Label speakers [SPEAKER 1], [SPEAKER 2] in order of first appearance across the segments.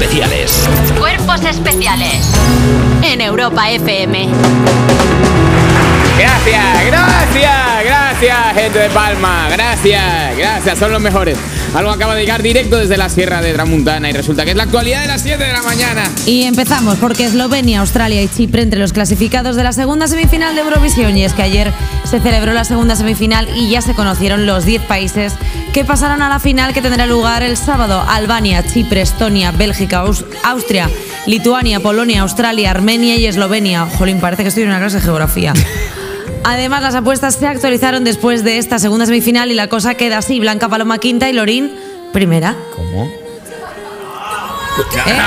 [SPEAKER 1] especiales.
[SPEAKER 2] Cuerpos especiales en Europa FM.
[SPEAKER 3] Gracias, gracias, gracias, gente de Palma. Gracias, gracias, son los mejores. Algo acaba de llegar directo desde la Sierra de Tramuntana y resulta que es la actualidad de las 7 de la mañana.
[SPEAKER 4] Y empezamos porque Eslovenia, Australia y Chipre entre los clasificados de la segunda semifinal de Eurovisión. Y es que ayer se celebró la segunda semifinal y ya se conocieron los 10 países que pasarán a la final que tendrá lugar el sábado. Albania, Chipre, Estonia, Bélgica, Aus Austria, Lituania, Polonia, Australia, Armenia y Eslovenia. Jolín, parece que estoy en una clase de geografía. Además, las apuestas se actualizaron después de esta segunda semifinal y la cosa queda así. Blanca Paloma quinta y Lorín primera.
[SPEAKER 3] ¿Cómo?
[SPEAKER 4] ¿Eh?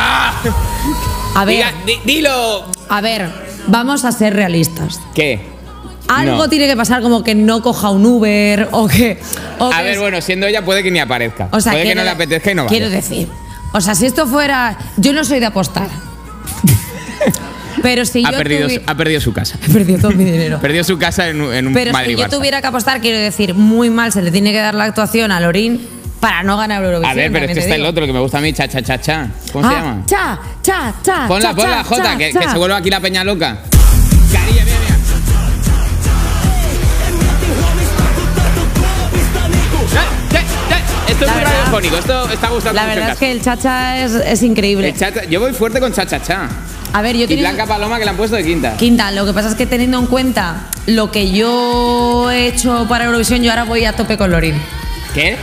[SPEAKER 4] A ver,
[SPEAKER 3] Diga- Ah, di- dilo.
[SPEAKER 4] a ver, vamos a ser realistas.
[SPEAKER 3] ¿Qué?
[SPEAKER 4] Algo
[SPEAKER 3] No.
[SPEAKER 4] tiene que pasar como que no coja un Uber o que... o
[SPEAKER 3] A
[SPEAKER 4] que-
[SPEAKER 3] ver, bueno, siendo ella puede que ni aparezca.
[SPEAKER 4] Oh, o sea,
[SPEAKER 3] puede que
[SPEAKER 4] quiero-
[SPEAKER 3] no le apetezca y no
[SPEAKER 4] Quiero
[SPEAKER 3] vaya.
[SPEAKER 4] decir, o sea, si esto fuera... Yo no soy de apostar. Pero si
[SPEAKER 3] Ha
[SPEAKER 4] yo
[SPEAKER 3] perdido,
[SPEAKER 4] tuvi-
[SPEAKER 3] ha perdido su casa.
[SPEAKER 4] He perdido todo mi dinero.
[SPEAKER 3] Perdió su casa en, un- en un
[SPEAKER 4] Pero
[SPEAKER 3] Madrid
[SPEAKER 4] si yo tuviera que apostar, quiero decir, muy mal se le tiene que dar la actuación a Lorín para no ganar Eurovisión.
[SPEAKER 3] A ver, pero es
[SPEAKER 4] también
[SPEAKER 3] que
[SPEAKER 4] te
[SPEAKER 3] está el
[SPEAKER 4] digo.
[SPEAKER 3] otro que me gusta a mí, cha cha cha cha. ¿Cómo se
[SPEAKER 4] Ah,
[SPEAKER 3] llama?
[SPEAKER 4] Cha, cha, cha.
[SPEAKER 3] Ponla,
[SPEAKER 4] Ah, cha,
[SPEAKER 3] ponla,
[SPEAKER 4] cha,
[SPEAKER 3] Jota,
[SPEAKER 4] cha,
[SPEAKER 3] que,
[SPEAKER 4] cha.
[SPEAKER 3] que se vuelva aquí la peña loca. Carilla, mira, mira. Eh, eh, eh, Esto es
[SPEAKER 4] La
[SPEAKER 3] muy
[SPEAKER 4] verdad-
[SPEAKER 3] radiofónico, esto está gustando
[SPEAKER 4] La
[SPEAKER 3] mucho en
[SPEAKER 4] verdad es
[SPEAKER 3] casa.
[SPEAKER 4] que el chacha es, es increíble.
[SPEAKER 3] El cha, cha- yo voy fuerte con cha cha cha.
[SPEAKER 4] A ver, yo
[SPEAKER 3] Y
[SPEAKER 4] tenía-
[SPEAKER 3] Blanca Paloma que la han puesto de quinta.
[SPEAKER 4] Quinta, lo que pasa es que teniendo en cuenta lo que yo he hecho para Eurovisión, yo ahora voy a tope con Lorín.
[SPEAKER 3] ¿Qué?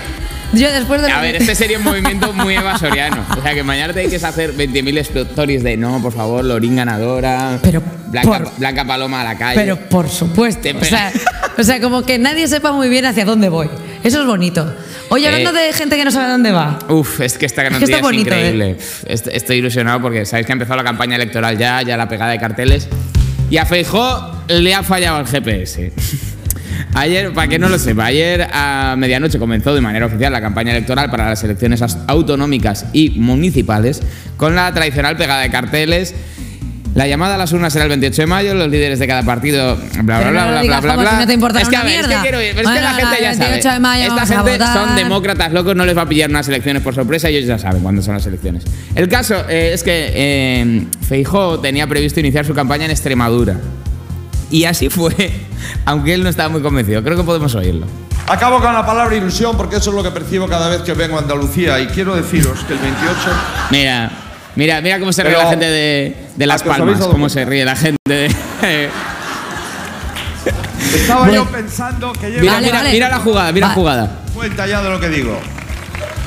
[SPEAKER 4] Yo después de
[SPEAKER 3] A
[SPEAKER 4] lo
[SPEAKER 3] ver,
[SPEAKER 4] que-
[SPEAKER 3] este sería un movimiento muy evasoriano. O sea, que mañana te que hacer 20.000 stories de no, por favor, Lorín ganadora.
[SPEAKER 4] Pero
[SPEAKER 3] Blanca,
[SPEAKER 4] por-
[SPEAKER 3] Blanca Paloma a la calle.
[SPEAKER 4] Pero por supuesto.
[SPEAKER 3] Te-
[SPEAKER 4] O sea, o sea, como que nadie sepa muy bien hacia dónde voy. Eso es bonito. Oye, hablando
[SPEAKER 3] Eh.
[SPEAKER 4] de gente que no sabe dónde va.
[SPEAKER 3] Uf, es que esta gran
[SPEAKER 4] Es que
[SPEAKER 3] noticia
[SPEAKER 4] está
[SPEAKER 3] es,
[SPEAKER 4] bonito,
[SPEAKER 3] increíble. Est- Estoy, ilusionado porque sabéis que ha empezado la campaña electoral ya, ya la pegada de carteles. Y a Feijó le ha fallado el GPS. Ayer, para que no lo sepa, ayer a medianoche comenzó de manera oficial la campaña electoral para las elecciones as- autonómicas y municipales con la tradicional pegada de carteles. La llamada a las urnas será el 28 de mayo, los líderes de cada partido, bla, bla,
[SPEAKER 4] Pero no
[SPEAKER 3] bla,
[SPEAKER 4] lo
[SPEAKER 3] bla, bla,
[SPEAKER 4] digas
[SPEAKER 3] bla,
[SPEAKER 4] como
[SPEAKER 3] bla.
[SPEAKER 4] si no te importara
[SPEAKER 3] es que,
[SPEAKER 4] una
[SPEAKER 3] a ver, es que
[SPEAKER 4] mierda.
[SPEAKER 3] quiero ir, pero es que
[SPEAKER 4] Bueno,
[SPEAKER 3] la
[SPEAKER 4] no,
[SPEAKER 3] gente
[SPEAKER 4] no,
[SPEAKER 3] ya
[SPEAKER 4] el
[SPEAKER 3] sabe.
[SPEAKER 4] 28 de mayo
[SPEAKER 3] Esta
[SPEAKER 4] vamos a
[SPEAKER 3] gente son
[SPEAKER 4] votar.
[SPEAKER 3] demócratas locos, no les va a pillar unas elecciones por sorpresa, ellos ya saben cuándo son las elecciones. El caso eh, es que eh, Feijó tenía previsto iniciar su campaña en Extremadura. Y así fue, aunque él no estaba muy convencido. Creo que podemos oírlo.
[SPEAKER 5] Acabo con la palabra ilusión porque eso es lo que percibo cada vez que vengo a Andalucía y quiero deciros que el 28...
[SPEAKER 3] Mira, mira, mira cómo se ríe
[SPEAKER 5] Pero-
[SPEAKER 3] la gente de, de Las
[SPEAKER 5] Ah, que os habéis
[SPEAKER 3] Palmas.
[SPEAKER 5] dado
[SPEAKER 3] Cómo
[SPEAKER 5] cuenta.
[SPEAKER 3] se ríe la gente de.
[SPEAKER 5] Estaba
[SPEAKER 3] Bueno.
[SPEAKER 5] yo pensando que llevo
[SPEAKER 3] Mira,
[SPEAKER 4] Vale,
[SPEAKER 3] mira,
[SPEAKER 4] vale.
[SPEAKER 3] mira la jugada, mira la
[SPEAKER 4] Va-
[SPEAKER 3] jugada.
[SPEAKER 5] cuenta ya de lo que digo.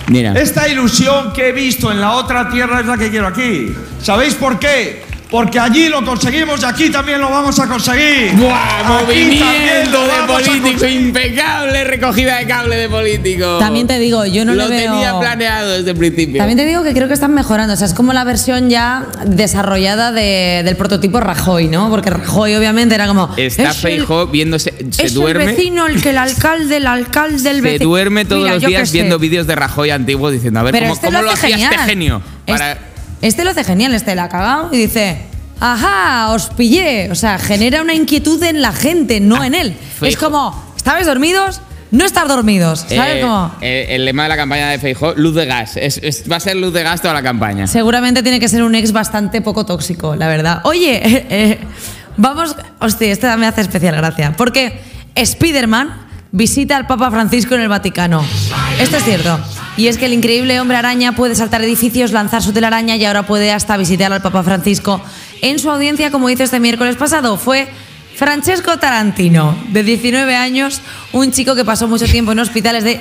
[SPEAKER 3] Mira.
[SPEAKER 5] Esta ilusión que he visto en la otra tierra es la que quiero aquí. ¿Sabéis por qué? Porque allí lo conseguimos y aquí también lo vamos a conseguir.
[SPEAKER 3] ¡Buah!
[SPEAKER 5] Aquí también
[SPEAKER 3] Movimiento
[SPEAKER 5] lo
[SPEAKER 3] de
[SPEAKER 5] vamos a
[SPEAKER 3] político
[SPEAKER 5] conseguir.
[SPEAKER 3] impecable, recogida de cable de político.
[SPEAKER 4] También te digo, yo no
[SPEAKER 3] lo
[SPEAKER 4] le veo-
[SPEAKER 3] tenía planeado desde el principio.
[SPEAKER 4] También te digo que creo que están mejorando. O sea, es como la versión ya desarrollada de- del prototipo Rajoy, ¿no? Porque Rajoy, obviamente, era como.
[SPEAKER 3] Está
[SPEAKER 4] "Es el-
[SPEAKER 3] Feijó viéndose, se
[SPEAKER 4] es
[SPEAKER 3] duerme.
[SPEAKER 4] el vecino, el que el alcalde, el alcalde, el
[SPEAKER 3] Se
[SPEAKER 4] vecino.
[SPEAKER 3] duerme todos
[SPEAKER 4] Mira,
[SPEAKER 3] los
[SPEAKER 4] yo qué
[SPEAKER 3] días
[SPEAKER 4] sé.
[SPEAKER 3] viendo vídeos de Rajoy antiguo diciendo, a ver,
[SPEAKER 4] Pero
[SPEAKER 3] ¿cómo,
[SPEAKER 4] este
[SPEAKER 3] cómo
[SPEAKER 4] lo,
[SPEAKER 3] lo
[SPEAKER 4] hace
[SPEAKER 3] hacía
[SPEAKER 4] genial.
[SPEAKER 3] este genio? Para-
[SPEAKER 4] Este, este lo hace genial, este la ha cagado y dice, ajá, os pillé. O sea, genera una inquietud en la gente, no
[SPEAKER 3] Ah,
[SPEAKER 4] en él.
[SPEAKER 3] fue
[SPEAKER 4] Es
[SPEAKER 3] hijo.
[SPEAKER 4] como, ¿estabais dormidos? No estar dormidos. ¿Sabes
[SPEAKER 3] Eh,
[SPEAKER 4] cómo?
[SPEAKER 3] eh, el lema de la campaña de Feijó, luz de gas. Es- es- va a ser luz de gas toda la campaña.
[SPEAKER 4] Seguramente tiene que ser un ex bastante poco tóxico, la verdad. Oye, eh, eh, vamos. Hostia, esta me hace especial gracia. Porque Spider-Man visita al Papa Francisco en el Vaticano. Esto es cierto. Y es que el increíble hombre araña puede saltar edificios, lanzar su telaraña y ahora puede hasta visitar al Papa Francisco. En su audiencia, como hizo este miércoles pasado, fue Francesco Tarantino, de 19 años, un chico que pasó mucho tiempo en hospitales de...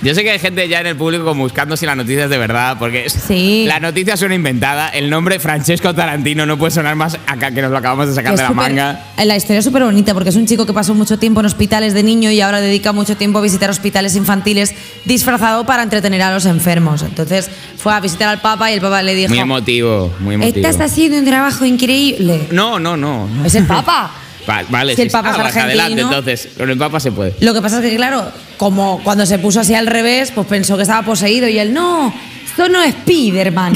[SPEAKER 3] Yo sé que hay gente ya en el público como buscando si la noticia es de verdad, porque es-
[SPEAKER 4] Sí.
[SPEAKER 3] la noticia suena inventada. El nombre Francesco Tarantino no puede sonar más acá que nos lo acabamos de sacar de
[SPEAKER 4] Es
[SPEAKER 3] la
[SPEAKER 4] súper- eh,
[SPEAKER 3] manga.
[SPEAKER 4] La historia es súper bonita porque es un chico que pasó mucho tiempo en hospitales de niño y ahora dedica mucho tiempo a visitar hospitales infantiles disfrazado para entretener a los enfermos. Entonces fue a visitar al Papa y el Papa le dijo:
[SPEAKER 3] Muy emotivo, muy emotivo.
[SPEAKER 4] Estás haciendo un trabajo increíble.
[SPEAKER 3] No, no, no.
[SPEAKER 4] Es el Papa.
[SPEAKER 3] Va- vale,
[SPEAKER 4] Si el Papa es
[SPEAKER 3] pues
[SPEAKER 4] argentino.
[SPEAKER 3] adelante, entonces. Con el Papa se puede.
[SPEAKER 4] Lo que pasa es que, claro, como cuando se puso así al revés, pues pensó que estaba poseído y él: No, esto no es Spiderman.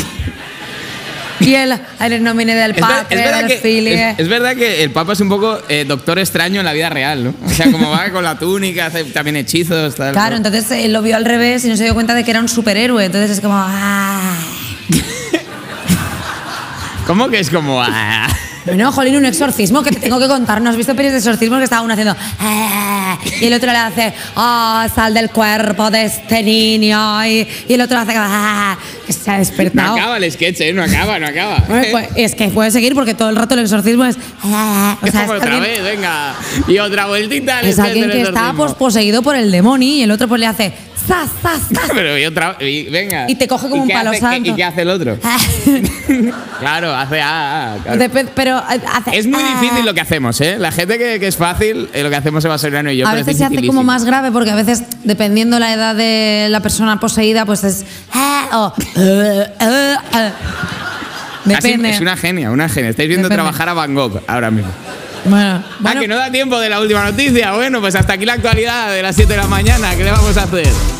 [SPEAKER 4] y él: Eres nomine del
[SPEAKER 3] Es, ver-
[SPEAKER 4] Papa,
[SPEAKER 3] es verdad
[SPEAKER 4] del
[SPEAKER 3] que,
[SPEAKER 4] Filio".
[SPEAKER 3] es- es verdad que el Papa es un poco eh, doctor extraño en la vida real, ¿no? O sea, como va con la túnica, hace también hechizos, tal.
[SPEAKER 4] eh, "Ah". Claro, entonces él lo vio al revés y no se dio cuenta de que era un superhéroe. Entonces es como. ¡ay!
[SPEAKER 3] ¿Cómo que es como.? ah?
[SPEAKER 4] Bueno, jolín, un exorcismo que te tengo que contar. ¿No has visto pelis de exorcismo que estaba uno haciendo... "Ah", Y el otro le hace... Ah, sal del cuerpo de este niño. Y, y el otro hace... "Ah", que se ha
[SPEAKER 3] No
[SPEAKER 4] despertado.
[SPEAKER 3] acaba el sketch, ¿eh? No acaba, no acaba.
[SPEAKER 4] Bueno, pues, es que puedes seguir porque todo el rato el exorcismo es... "Ah", o
[SPEAKER 3] Es
[SPEAKER 4] sea,
[SPEAKER 3] como
[SPEAKER 4] es
[SPEAKER 3] otra
[SPEAKER 4] alguien-
[SPEAKER 3] vez, venga. Y otra vueltita. al
[SPEAKER 4] Es
[SPEAKER 3] sketch
[SPEAKER 4] alguien
[SPEAKER 3] del
[SPEAKER 4] que está pues,
[SPEAKER 3] exorcismo.
[SPEAKER 4] poseído por el demonio y el otro pues le hace... ¡Zas, zas, zas!
[SPEAKER 3] Pero y otra. Y, venga.
[SPEAKER 4] Y te coge como un
[SPEAKER 3] qué
[SPEAKER 4] palo
[SPEAKER 3] hace-
[SPEAKER 4] santo. Ah.
[SPEAKER 3] ¿Y qué hace el otro? Claro, hace. ah, ah, claro.
[SPEAKER 4] Depe- pero hace-
[SPEAKER 3] Es muy
[SPEAKER 4] "Ah".
[SPEAKER 3] difícil lo que hacemos, ¿eh? La gente que, que es fácil, eh, lo que hacemos es Basilano y yo.
[SPEAKER 4] a
[SPEAKER 3] pero es
[SPEAKER 4] veces se hace
[SPEAKER 3] dificilísimo.
[SPEAKER 4] como más grave porque a veces, dependiendo la edad de la persona poseída, pues es. "Ah", o, "Eh, eh, eh".
[SPEAKER 3] Así-
[SPEAKER 4] Depende.
[SPEAKER 3] Ah, es una genia, una genia. Estáis viendo
[SPEAKER 4] Depende.
[SPEAKER 3] trabajar a Van Gogh ahora mismo.
[SPEAKER 4] Bueno,
[SPEAKER 3] Ah,
[SPEAKER 4] bueno,
[SPEAKER 3] que no da tiempo de la última noticia. Bueno, pues hasta aquí la actualidad de las 7 de la mañana. ¿Qué le vamos a hacer?